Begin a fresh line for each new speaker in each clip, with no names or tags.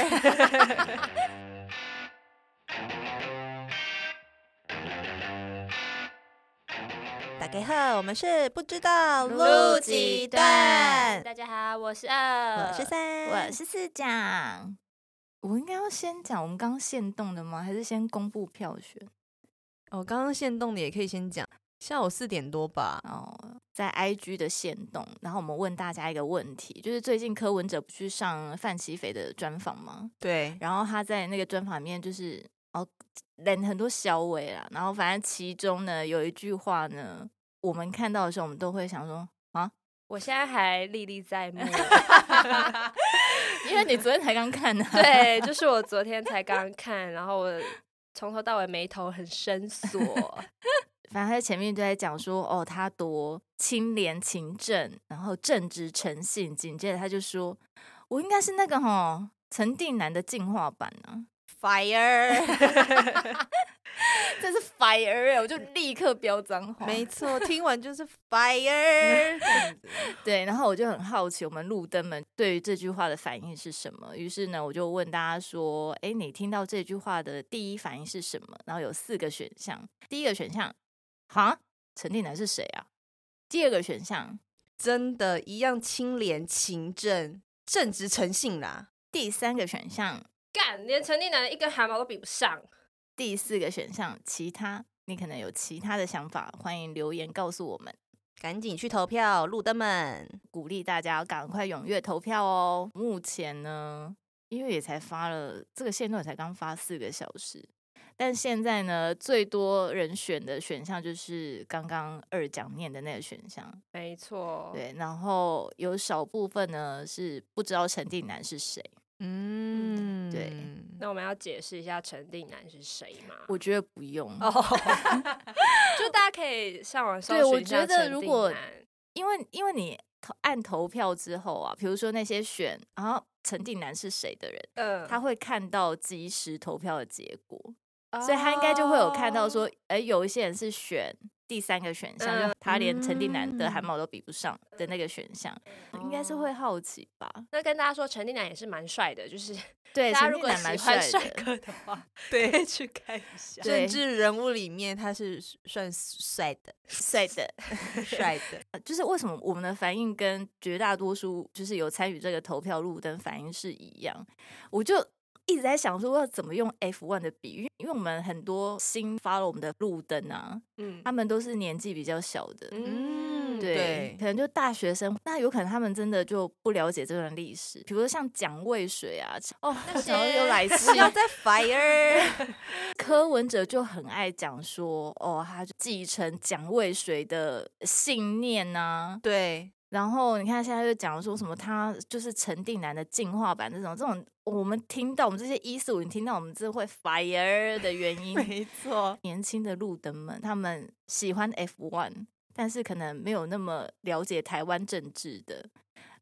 Fire！打给贺，我们是不知道
录
几
几
段
段。，大家好，我是二，
我是三，
我是四讲。我应该要先讲我们刚刚限动的吗？还是先公布票选？
哦，刚刚现动的也可以先讲，下午四点多吧。
哦，在 IG 的限动，然后我们问大家一个问题，就是最近柯文哲不去上范琪斐的专访吗？
对，
然后他在那个专访里面就是哦，人很多小伟啦，然后反正其中呢有一句话呢，我们看到的时候，我们都会想说，
我现在还历历在目。
因为你昨天才刚看的、啊，
对，就是我昨天才刚看，然后我从头到尾眉头很深锁。
反正他在前面就在讲说，哦，他多清廉勤政，然后正直诚信。紧接着他就说，我应该是那个吼陈定南的进化版啊，
Fire！
这是 fire，欸我就立刻飙脏话。
没错，听 完就是
Fire！
对，然后我就很好奇，我们路灯们对于这句话的反应是什么？于是呢，我就问大家说：“哎，你听到这句话的第一反应是什么？”然后有四个选项，第一个选项，哈，陈定南是谁啊？第二个选项，
真的，一样清廉、勤政、正直、诚信啦。
第三个选项，
干，连陈立南一根汗毛都比不上。
第四个选项，其他。你可能有其他的想法，欢迎留言告诉我们，
赶紧去投票，路灯们！
鼓励大家赶快踊跃投票哦。目前呢，因为也才发了这个线段，才刚发四个小时，但现在呢，最多人选的选项就是刚刚二讲念的那个选项，
没错，
对，然后有少部分呢是不知道陈定南是谁，
嗯，
对
那我们要解释一下陈定南是谁吗？
我觉得不用，
哦，就大家可以上网搜
对我
寻一下
觉得
陈
如
定
果
南
因为因为你投按投票之后啊，比如说那些选然后陈定南是谁的人，
嗯
他会看到即时投票的结果，所以他应该就会有看
哦
到说，哎、有一些人是选第三个选项，就
哦嗯
他连陈定南的汗毛都比不上的那个选项，应该是会
哦
好奇吧？
那跟大家说，陈定南也是蛮帅的，就是
对，
大家
陈
如
定
果
南蛮
喜欢帅
的，
哥的 话，可
对，
以去看一下。
对
政治人物里面他是算帅的，
帅的。
帅的。
呃就是为什么我们的反应跟绝大多数就是有参与这个投票路灯反应是一样？我就一直在想说要怎么用 F one 的比喻，因为我们很多新发了我们的路灯啊，
嗯
他们都是年纪比较小的，
嗯，
对，
对
可能就大学生，那有可能他们真的就不了解这段历史，比如说像蒋渭水啊，哦， 然后又 来气
不。要 再 Fire！
柯文哲就很爱讲说，哦，他就继承蒋渭水的信念呐、
对，
然后你看现在又讲说什么，他就是陈定南的进化版这种，这种我们听到我们这些一四五，你听到我们这会 fire 的原因，
没错，
年轻的路灯们，他们喜欢 F one，但是可能没有那么了解台湾政治的。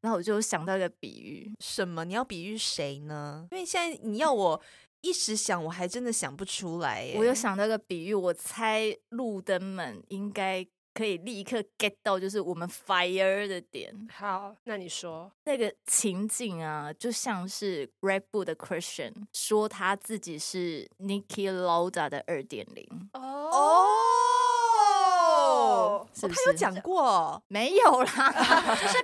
然后我就想到一个比喻，
什么？你要比喻谁呢？因为现在你要我一时想，我还真的想不出来耶。
嗯我有想到一个比喻，我猜路灯们应该可以立刻 get 到，就是我们 fire 的点。
好，那你说，
那个情景啊，就像是 Red Bull 的 Christian 说他自己是 Nicki Lauda 的二点零，哦
哦，
是不
他
是
有讲过哦
没有啦，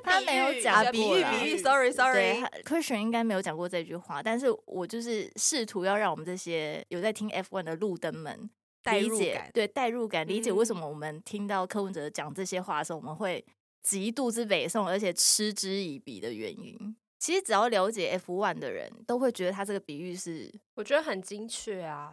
他没有讲
啊，
过
比喻
啦
比喻，sorry
对
sorry，
他，Christian 应该没有讲过这句话，但是我就是试图要让我们这些有在听 F1 的路灯们
代
理
入
解
感
对代入感，理解
嗯
为什么我们听到柯文哲讲这些话的时候，我们会极度之北宋，而且嗤之以鼻的原因。其实只要了解 F1 的人都会觉得他这个比喻是
我觉得很精 确啊。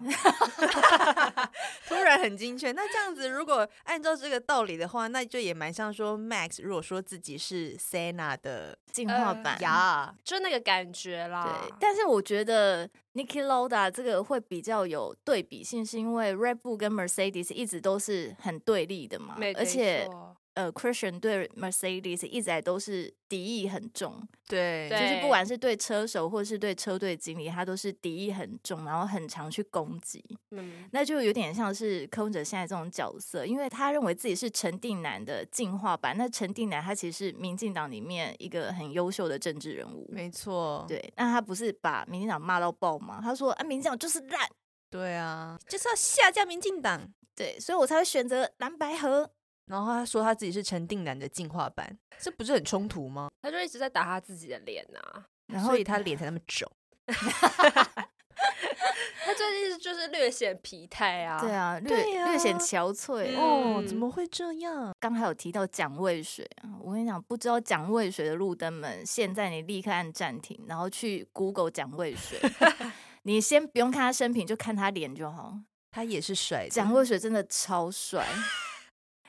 突然很精确。那这样子，如果按照这个道理的话，那就也蛮像说 Max 如果说自己是 Senna 的
进化
呃
版。
嗯呀，
就那个感觉啦。
对，但是我觉得 Niki Lauda 这个会比较有对比性，是因为 Red Bull 跟 Mercedes 一直都是很对立的嘛
没，
而且
没错
呃，Christian 对 Mercedes 一直来都是敌意很重，
对
对
就是不管是对车手或是对车队经理，他都是敌意很重，然后很常去攻击。
嗯，
那就有点像是柯文哲现在这种角色，因为他认为自己是陈定南的进化版。那陈定南他其实是民进党里面一个很优秀的政治人物，
没错，
对。那他不是把民进党骂到爆吗？他说啊，民进党就是烂，
对啊。
就是要下架民进党。
对，所以我才会选择蓝白河。
然后他说他自己是陈定南的进化版，这不是很冲突吗？
他就一直在打他自己的脸呐、
然后
所以他脸才那么肿。
他最近就是略显疲态啊。
对，啊，略
对啊
略显憔悴。
嗯
哦，怎么会这样？
刚还有提到蒋渭水啊，我跟你讲，不知道蒋渭水的路灯们，现在你立刻按暂停，然后去 Google 蒋渭 水，你先不用看他生平，就看他脸就好。
他也是帅的，
蒋渭水真的超 帅。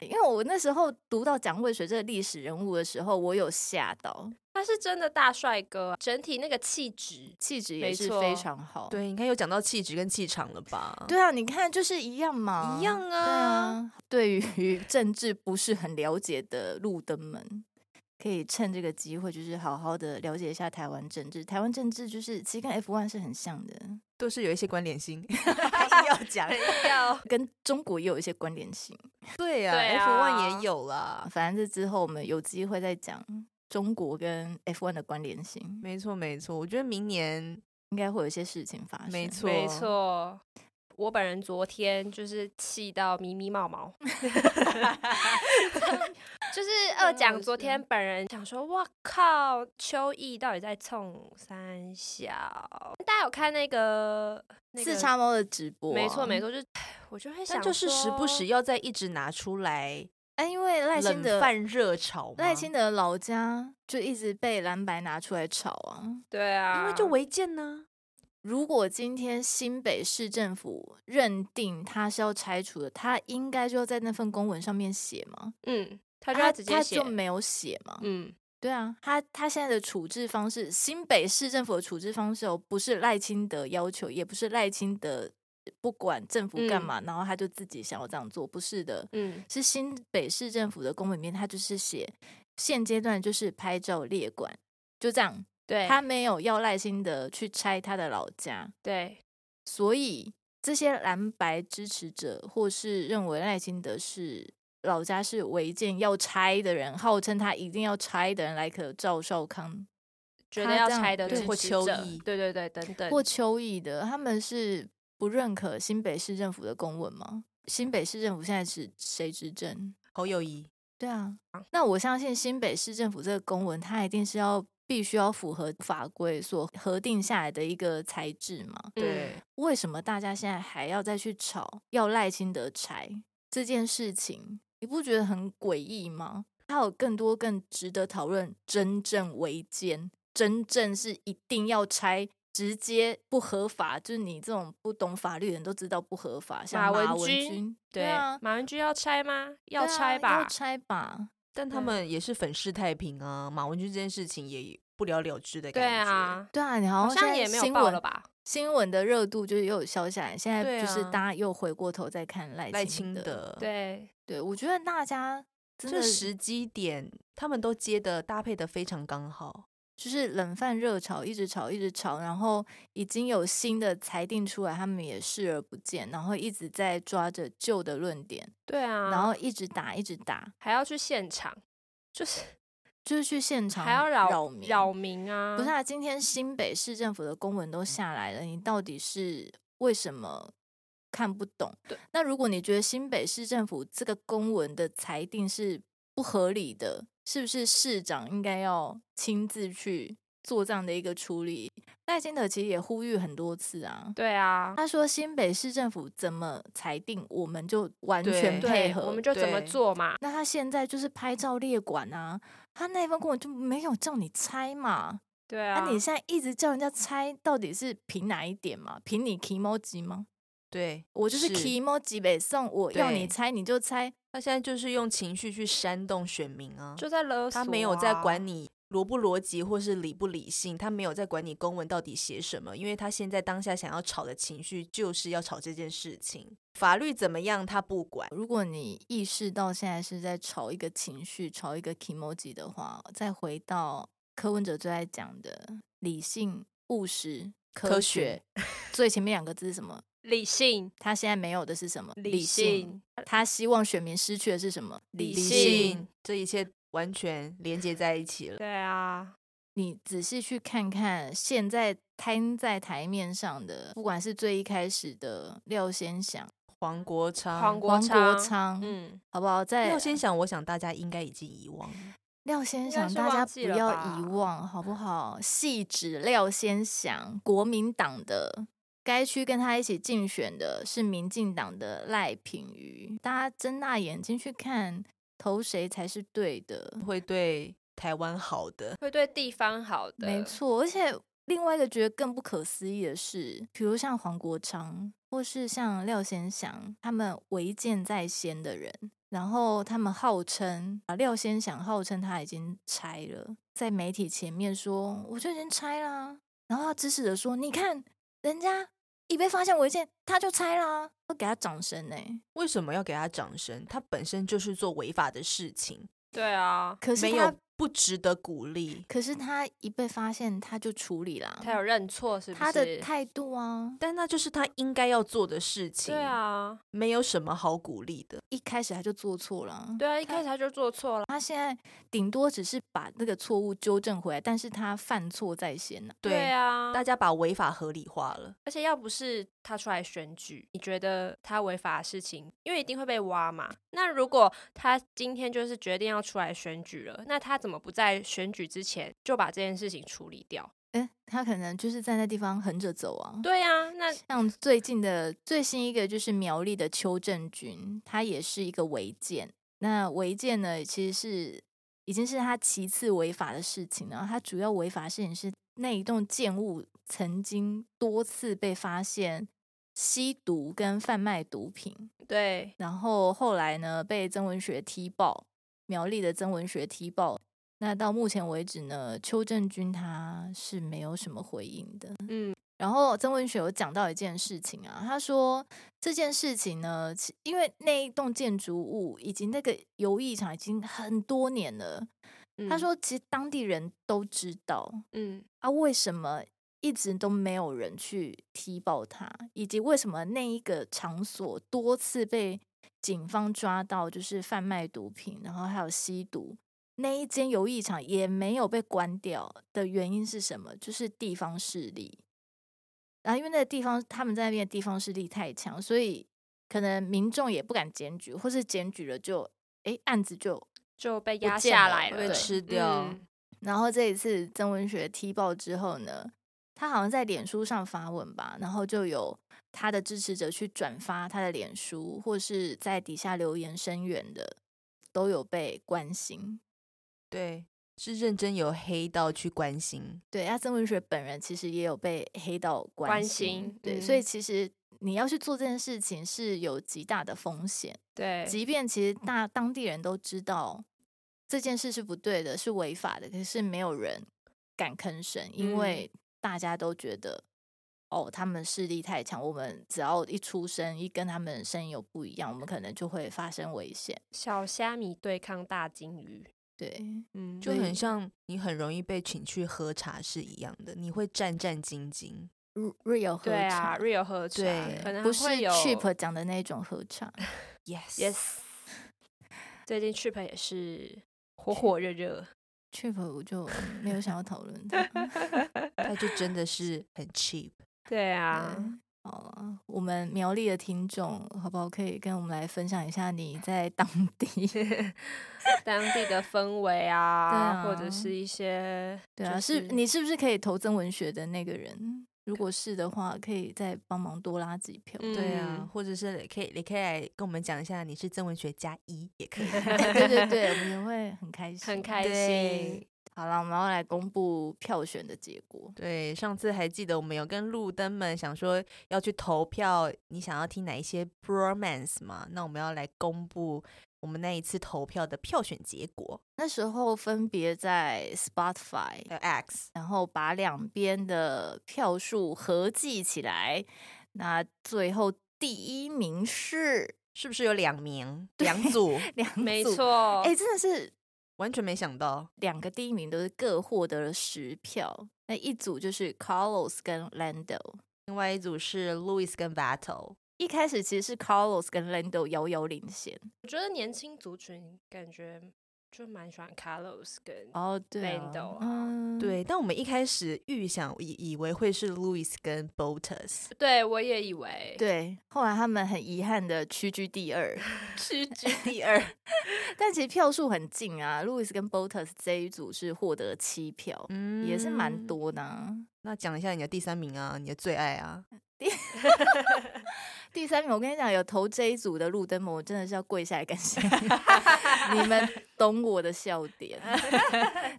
因为我那时候读到蒋渭水这个历史人物的时候，我有吓到，
他是真的大帅哥，啊整体那个气 质，
气质也
没
是
错
非常好。
对，你看有讲到气质跟气场了吧？
对啊，你看就是一样嘛，
一样
对
啊
啊。对于 政治不是很了解的路灯们，可以趁这个机会，就是好好的了解一下台湾政治。台湾政治就是其实跟 F one 是很像的，
都是有一些关联性，还要 讲。
要
跟中国也有一些关联性。
对啊
对
f
啊
One 也有啦，
反正这之后我们有机会再讲中国跟 F one 的关联性，
没错没错。我觉得明年
应该会有一些事情发生。
没错
没错。我本人昨天就是气到咪咪 冒毛，就是二讲昨天本人想说，哇靠，秋意到底在冲三小？大家有看那个那个
四叉猫的直播、啊
没错没。错，就是唉我就会想
但
说，
就是时不时要再一直拿出来
哎、因为赖清
冷
德
饭热炒嘛，
赖清德老家就一直被蓝白拿出来炒啊。
对啊，
因为就违建呢、
如果今天新北市政府认定它是要拆除的，它应该就要在那份公文上面写嘛？
嗯，他
他
就要直接
他
写
就，没有写嘛？
嗯，
对啊，他他现在的处置方式，新北市政府的处置方式哦，不是赖清德要求，也不是赖清德不管政府干嘛，然后他就自己想要这样做，不是的，
嗯，
是新北市政府的公文里面，他就是写现阶段就是拍照列管，就这样，
对，
他没有要赖清德去拆他的老家。
对，
所以这些蓝白支持者或是认为赖清德是老家是违建要拆的人，号称他一定要拆的人，来可赵少康
觉
他
得要
这样
拆的
对
支
或
持
秋
者
意
对对对，等等，
或邱毅的，他们是不认可新北市政府的公文吗？新北市政府现在是谁执政？
侯友谊
对啊，那我相信新北市政府这个公文，它一定是要必须要符合法规所核定下来的一个材质嘛。
嗯
对，
为什么大家现在还要再去吵要赖清德拆这件事情？你不觉得很诡异吗？还有更多更值得讨论，真正违建，真正是一定要拆，直接不合法，就是你这种不懂法律的人都知道不合法，像
马文
马文
君
君，
对
啊，
马文君要拆吗？要
对啊
拆吧
要，拆吧，
但他
对
们也是粉饰太平啊。马文君这件事情也不了了之的感
对
觉。，
啊，
对啊，你好
好
像现
像
在
也没有
新
报
闻
了吧？
新闻的热度就是又有消下来，现
对
在就是
啊
大家又回过头再看赖
赖清
清德，
德，，
对，
对我觉得大家真
这
的
时机点他们都接的搭配的非常刚好。
就是冷饭热炒，一直炒，一直炒，然后已经有新的裁定出来，他们也视而不见，然后一直在抓着旧的论点，
对啊，
然后一直打，一直打，
还要去现场，就是
就是去现场
还要扰
哦民。
扰民啊，
不是啊，今天新北市政府的公文都下来了，你到底是为什么看不懂
对？
那如果你觉得新北市政府这个公文的裁定是不合理的，是不是市长应该要亲自去做这样的一个处理？赖清德其实也呼吁很多次啊。
对啊，
他说：“新北市政府怎么裁定，我们就完全
对
配
对，
合。
我们就怎么
对
做嘛？
那他现在就是拍照列管啊，他那份公文就没有叫你拆嘛。
对
那、
啊，
你现在一直叫人家猜，到底是凭哪一点嘛？凭你 k emoji 吗？
对
我就是
是
k emoji 北宋，我要
对
你猜你就猜。
他现在就是用情绪去煽动选民啊，
就在勒索啊，
他没有在管你逻不逻辑或是理不理性，他没有在管你公文到底写什么，因为他现在当下想要吵的情绪就是要吵这件事情，法律怎么样他不管。
如果你意识到现在是在炒一个情绪、炒一个 emoji 的话，再回到柯文哲最爱讲的理性、务实、科
科
学，最前面两个字是什么？
理性，
他现在没有的是什么？
理性，
他希望选民失去的是什么？
理
理
性
性，
这一切完全连接在一起了。
对啊，
你仔细去看看，现在摊在台面上的，不管是最一开始的廖先祥、
黄国昌，
黄国
王啊国
昌
昌，
嗯，
好不好？在
廖先祥，我想大家应该已经遗忘了。
廖先
应该
祥，
是
大家
忘
不
记了
要
吧
遗忘，好不好？细指廖先祥，国民党的。该区跟他一起竞选的是民进党的赖品妤，大家睁大眼睛去看，投谁才是对的。
会对台湾好的，
会对地方好的，
没，错，而且另外一个觉得更不可思议的是，比如像黄国昌或是像廖先祥，他们违建在先的人，然后他们号称啊，廖先祥号称他已经拆了，在媒体前面说我就已经拆啦，然后他支持者说你看人家一被发现违建他就拆啦，都给他掌声呢、
为什么要给他掌声？他本身就是做违法的事情，
对啊，
可是
没
他
有。不值得鼓励。
可是他一被发现，他就处理啦。
他有认错是不是？
他的态度啊，
但那就是他应该要做的事情，
对，啊，
没有什么好鼓励的。
一开始他就做错了啊。
对啊，一开始他就做错了，
他现在顶多只是把那个错误纠正回来，但是他犯错在先呢、
对啊，
大家把违法合理化了，
而且要不是他出来选举，你觉得他违法的事情，因为一定会被挖嘛。那如果他今天就是决定要出来选举了，那他怎么不在选举之前就把这件事情处理掉？
诶，他可能就是在那地方横着走啊。
对啊，那
像最近的最新一个就是苗栗的邱正军，他也是一个违建。那违建呢，其实是已经是他其次违法的事情了。他主要违法的事情是那一栋建物曾经多次被发现吸毒跟贩卖毒品，
对
然后后来呢被曾文学踢爆，苗栗的曾文学踢爆。那到目前为止呢，邱正军他是没有什么回应的。
嗯，
然后曾文学有讲到一件事情啊，他说这件事情呢，其因为那一栋建筑物以及那个游艺场已经很多年了，
嗯
他说其实当地人都知道，
嗯，
啊，为什么一直都没有人去踢爆他，以及为什么那一个场所多次被警方抓到，就是贩卖毒品，然后还有吸毒，那一间游艺场也没有被关掉的原因是什么？就是地方势力。然后因为那个地方他们在那边的地方势力太强，所以可能民众也不敢检举，或是检举了就哎案子就
就被压
不见
下
了
来
对
了，
被吃掉。
嗯
然后这一次曾文学踢爆之后呢，他好像在脸书上发文吧，然后就有他的支持者去转发他的脸书，或是在底下留言声援的，都有被关心。
对，是认真有黑道去关心。
对，啊，曾文学本人其实也有被黑到关
关
心
心
对，
嗯
所以其实你要去做这件事情是有极大的风险。
对，
即便其实大当地人都知道这件事是不对的，是违法的，可是没有人敢吭声，因
嗯
为大家都觉得、哦，他们势力太强，我们只要一出声，一跟他们声音有不一样，我们可能就会发生危险。
小虾米对抗大金鱼，
对，
嗯，
就
所以
很像你很容易被请去喝茶是一样的，你会战战兢兢。
r e a 喝
对啊
茶，
，real 喝茶
对，
可能
不
还
是
会有
cheap 讲的那种喝茶。
Yes
Yes，最近 Trip 也是火火 热热，
cheap 我就嗯没有想要讨论它。
他就真的是很 cheap。
对啊，
对好啊，我们苗栗的听众，好不好？可以跟我们来分享一下你在当地
当地的氛围啊，或
啊
者是一些
对
就
啊，
是
是你是不是可以投曾文学的那个人？如果是的话，可以再帮忙多拉几票。
对啊
嗯，
或者是可以，你可以来跟我们讲一下，你是曾文学加一也 可以。
对对对，我 们也会很开心。
很开心
对。
好了，我们要来公布票选的结果。
对，上次还记得我们有跟路灯们想说要去投票，你想要听哪一些 bromance 吗？那我们要来公布我们那一次投票的票选结果。
那时候分别在 Spotify，
还有 X，
然后把两边的票数合计起来，那最后第一名是
是不是有两名两 组？
两组，
没，错，
哎，真的是
完全没想到，
两个第一名都是各获得了十票，那一组就是 Carlos 跟 Lando。
另外一组是 Louis 跟 Battle。
一开始其实是 Carlos 跟 Lando 遥遥领先，
我觉得年轻族群感觉就蛮喜欢 Carlos 跟
哦，对、啊
Lando 啊
嗯，
对，但我们一开始预想以以为会是 Louis 跟 Bottas，
对我也以为
对，后来他们很遗憾的屈居第 二，
屈居第二。
但其实票数很近啊，Louis 跟 Bottas 这一组是获得七票，
嗯
也是蛮。多的啊、
那讲一下你的第三名啊，你的最爱啊，
第三名，我跟你讲，有投这一组的路灯魔，我真的是要跪下来感谢你你们，懂我的笑点。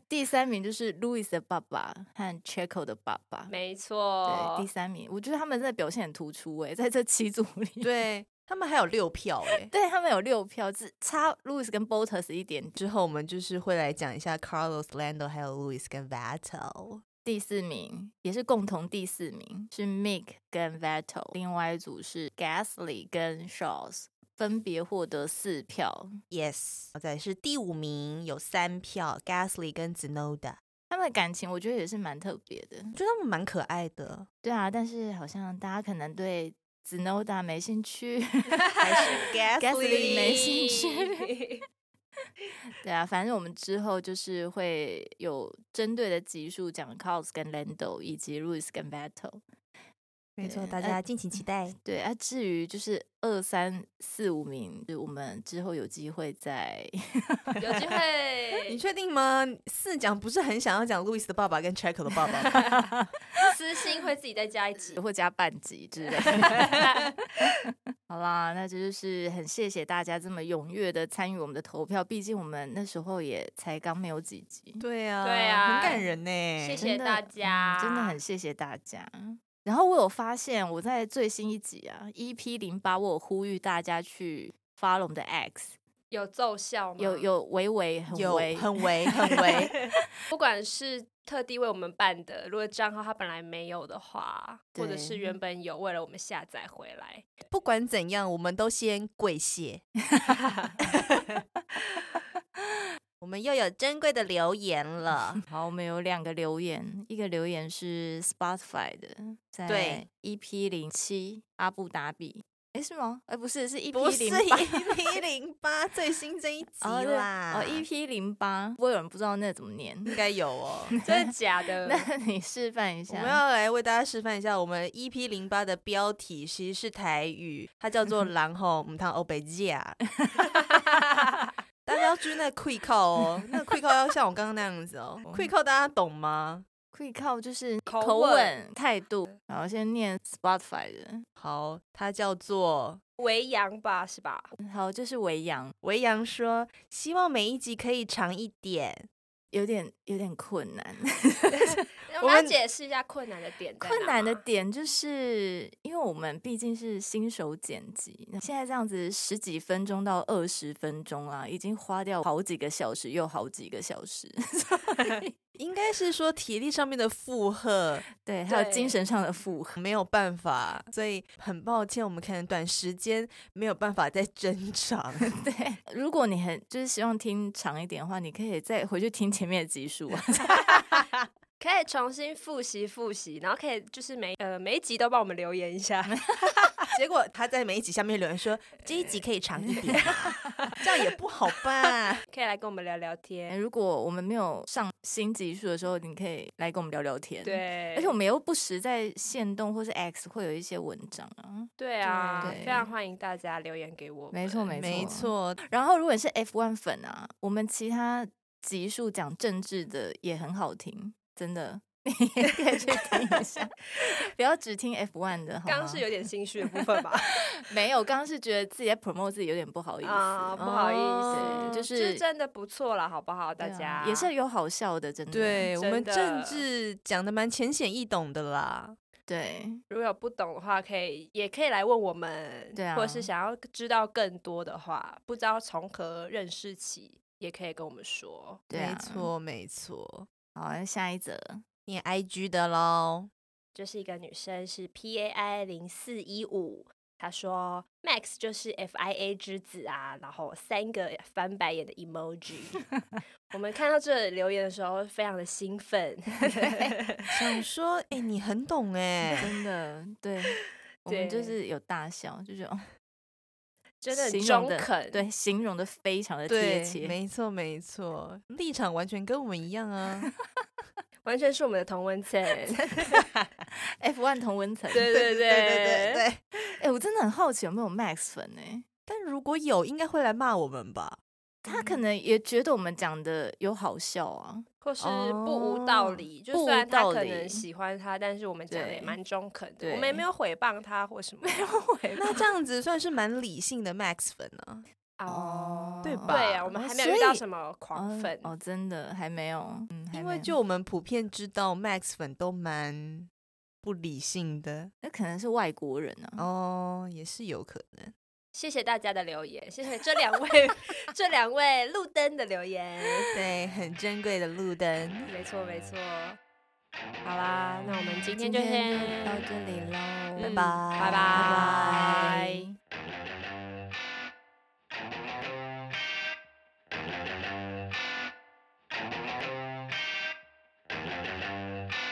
第三名就是 Louis 的爸爸和 Checo 的爸爸，
没
对，
错
第，三名，我觉得他们真的表现很突出诶、在这七组里，
对他们还有六票哎、
对他们有六票，只差 Louis 跟 Bottas 一点。
之后我们就是会来讲一下 Carlos Lando 还有 Louis 跟 Vettel。
第四名也是共同第四名是 Mick 跟 Vettel，另外一组是 Gasly 跟 Charles，分别获得四票。
Yes，再来是第五名有三票，Gasly 跟 Zenoda，
他们的感情我觉得也是蛮特别的。
我觉得他们蛮可爱的，
对啊，但是好像大家可能对 Zenoda 没兴 趣。
还 是
Gasly 没
没
兴 趣对啊，反正我们之后就是会有针对的集数讲 Cos 跟 Lando 以及 Louis 跟 Battle。
没错，
对
大
那
家敬请期待。
对啊，至于就是二三四五名，就我们之后有机会再
有机
你
会
确定吗？四讲不是很想要讲 Louis 的爸爸跟 Checo 的爸爸吗？
私信会自己再加一集。
会加半集之类的。 好啦，那这就是很谢谢大家这么踊跃的参与我们的投票，毕竟我们那时候也才刚没有几集。
对啊，
对啊
很感人呢。
谢谢
真的
大
嗯
家
真的很谢谢大家。然后我有发现，我在最新一集啊，EP 零八，我有呼吁大家去 follow 我们的 X，
有奏效吗？
有，有维维很
有
维，
很为很为，
不管是特地为我们办的，如果账号它本来没有的话，或者
对
是原本有为了我们下载回来，
不管怎样，我们都先跪谢。 我们又有珍贵的留言 了，
好，我们有两个留言，一个留言是 Spotify 的，在
对
EP 零七阿布达比，诶，是吗？诶，不是，是 EP
不是
零八。
EP 零八最新 这一集
哦对
啦，
哦，EP 零八，不会有人不知道那怎么念。
应该有 哦。
真的假的？
那你示范一
我
下。
们要来为大家示范一下，我们 EP 零八的标题其实是台语，它叫 做“然后唔汤欧北 架”。大家要注意那个 quick call 哦，那个 quick call 要 像我刚刚那样子哦。quick call 大家懂吗？
quick call 就是
口
口
吻
吻、态度，然后先念 Spotify 的，
好，它叫做
维扬吧，是吧？
好，就是维扬，
维扬说，希望每一集可以长一点。
有点有点困难。
我
我
们要
们
解释一下困难的点 在哪吗，
困难的点就是因为我们毕竟是新手剪辑，那现在这样子十几分钟到二十分钟啊，已经花掉好几个小时又好几个小时，
应该是说体力上面的负荷
对，还有
对
精神上的负荷。
没有办法，所以很抱歉，我们可能短时间没有办法再增长。
对，如果你很就是希望听长一点的话，你可以再回去听前面的集数啊。
可以重新复习复习，然后可以就是每呃每一集都帮我们留言 一下，
结果他在每一集下面留言说这一集可以长一 点，这样也不好吧？
可以来跟我们聊聊天。
如果我们没有上新集数的时候，你可以来跟我们聊聊天。。
对，
而且我们又不时在线动或是 X 会有一些文章啊，
对啊，
对
非常欢迎大家留言给我们。
没 错没
没错，
然后如果你是 F1 粉啊，我们其他集数讲政治的也很好听，真的，你也可以去听一 下，不要只听 F1 的。好
刚
吗
刚是有点心虚的部分吧？
没有，刚刚是觉得自己在 promote 自己有点不好意思，
啊，不好意
哦
思，
对就是
真的不错了，好不好？大
对啊
家
嗯也是有好笑的，真的。
对我们
真的
政治讲的蛮浅显易懂的啦。
对，
如果有不懂的话，可以也可以来问我们，
对啊
或者是想要知道更多的话，不知道从何认识起，也可以跟我们说。
对啊
没错没错，
好，那下一则，
念 IG 的喽。
这是一个女生，是 P A I 零四一五。她说：“Max 就是 FIA 之子啊，然后三个翻白眼的 emoji。”我们看到这留言的时候，非常的 兴奋。
想说，哎、你很懂哎、
真的， 对我们就
对
是有大笑，就觉得哦，
真的很
形容
中
得
肯，
对，形容的非常的贴
对，
切，
没错没错，立场完全跟我们一样啊。
完全是我们的同 温层。
F one 同温层。
对
对
对
对对对。
哎、我真的很好奇有没有 Max 粉呢、
但如果有，应该会来骂我们吧？
他
嗯
可能也觉得我们讲的有好笑啊，
或是不无道理，就虽然他
哦不无道
可
理
能喜欢他，但是我们讲的
对
也蛮中肯的，
对
我们也没有毁谤他或什么，没有毁
哦
那这样子算是蛮理性的 Max 粉啊。
哦，
对吧
对啊，我们还没有遇到什么狂粉，
哦，哦真的还没有，嗯，还
因
没
为
有
就我们普遍知道，Max 粉都蛮不理性的
那可能是外国人啊，
哦，也是有可能。
谢谢大家的留言，谢谢这两 位这两位路灯的留言，
对，很珍贵的路灯。
没错没错。好啦，那我们今
今
天就
天就
先
到这里喽，
拜
嗯
拜
拜拜。
拜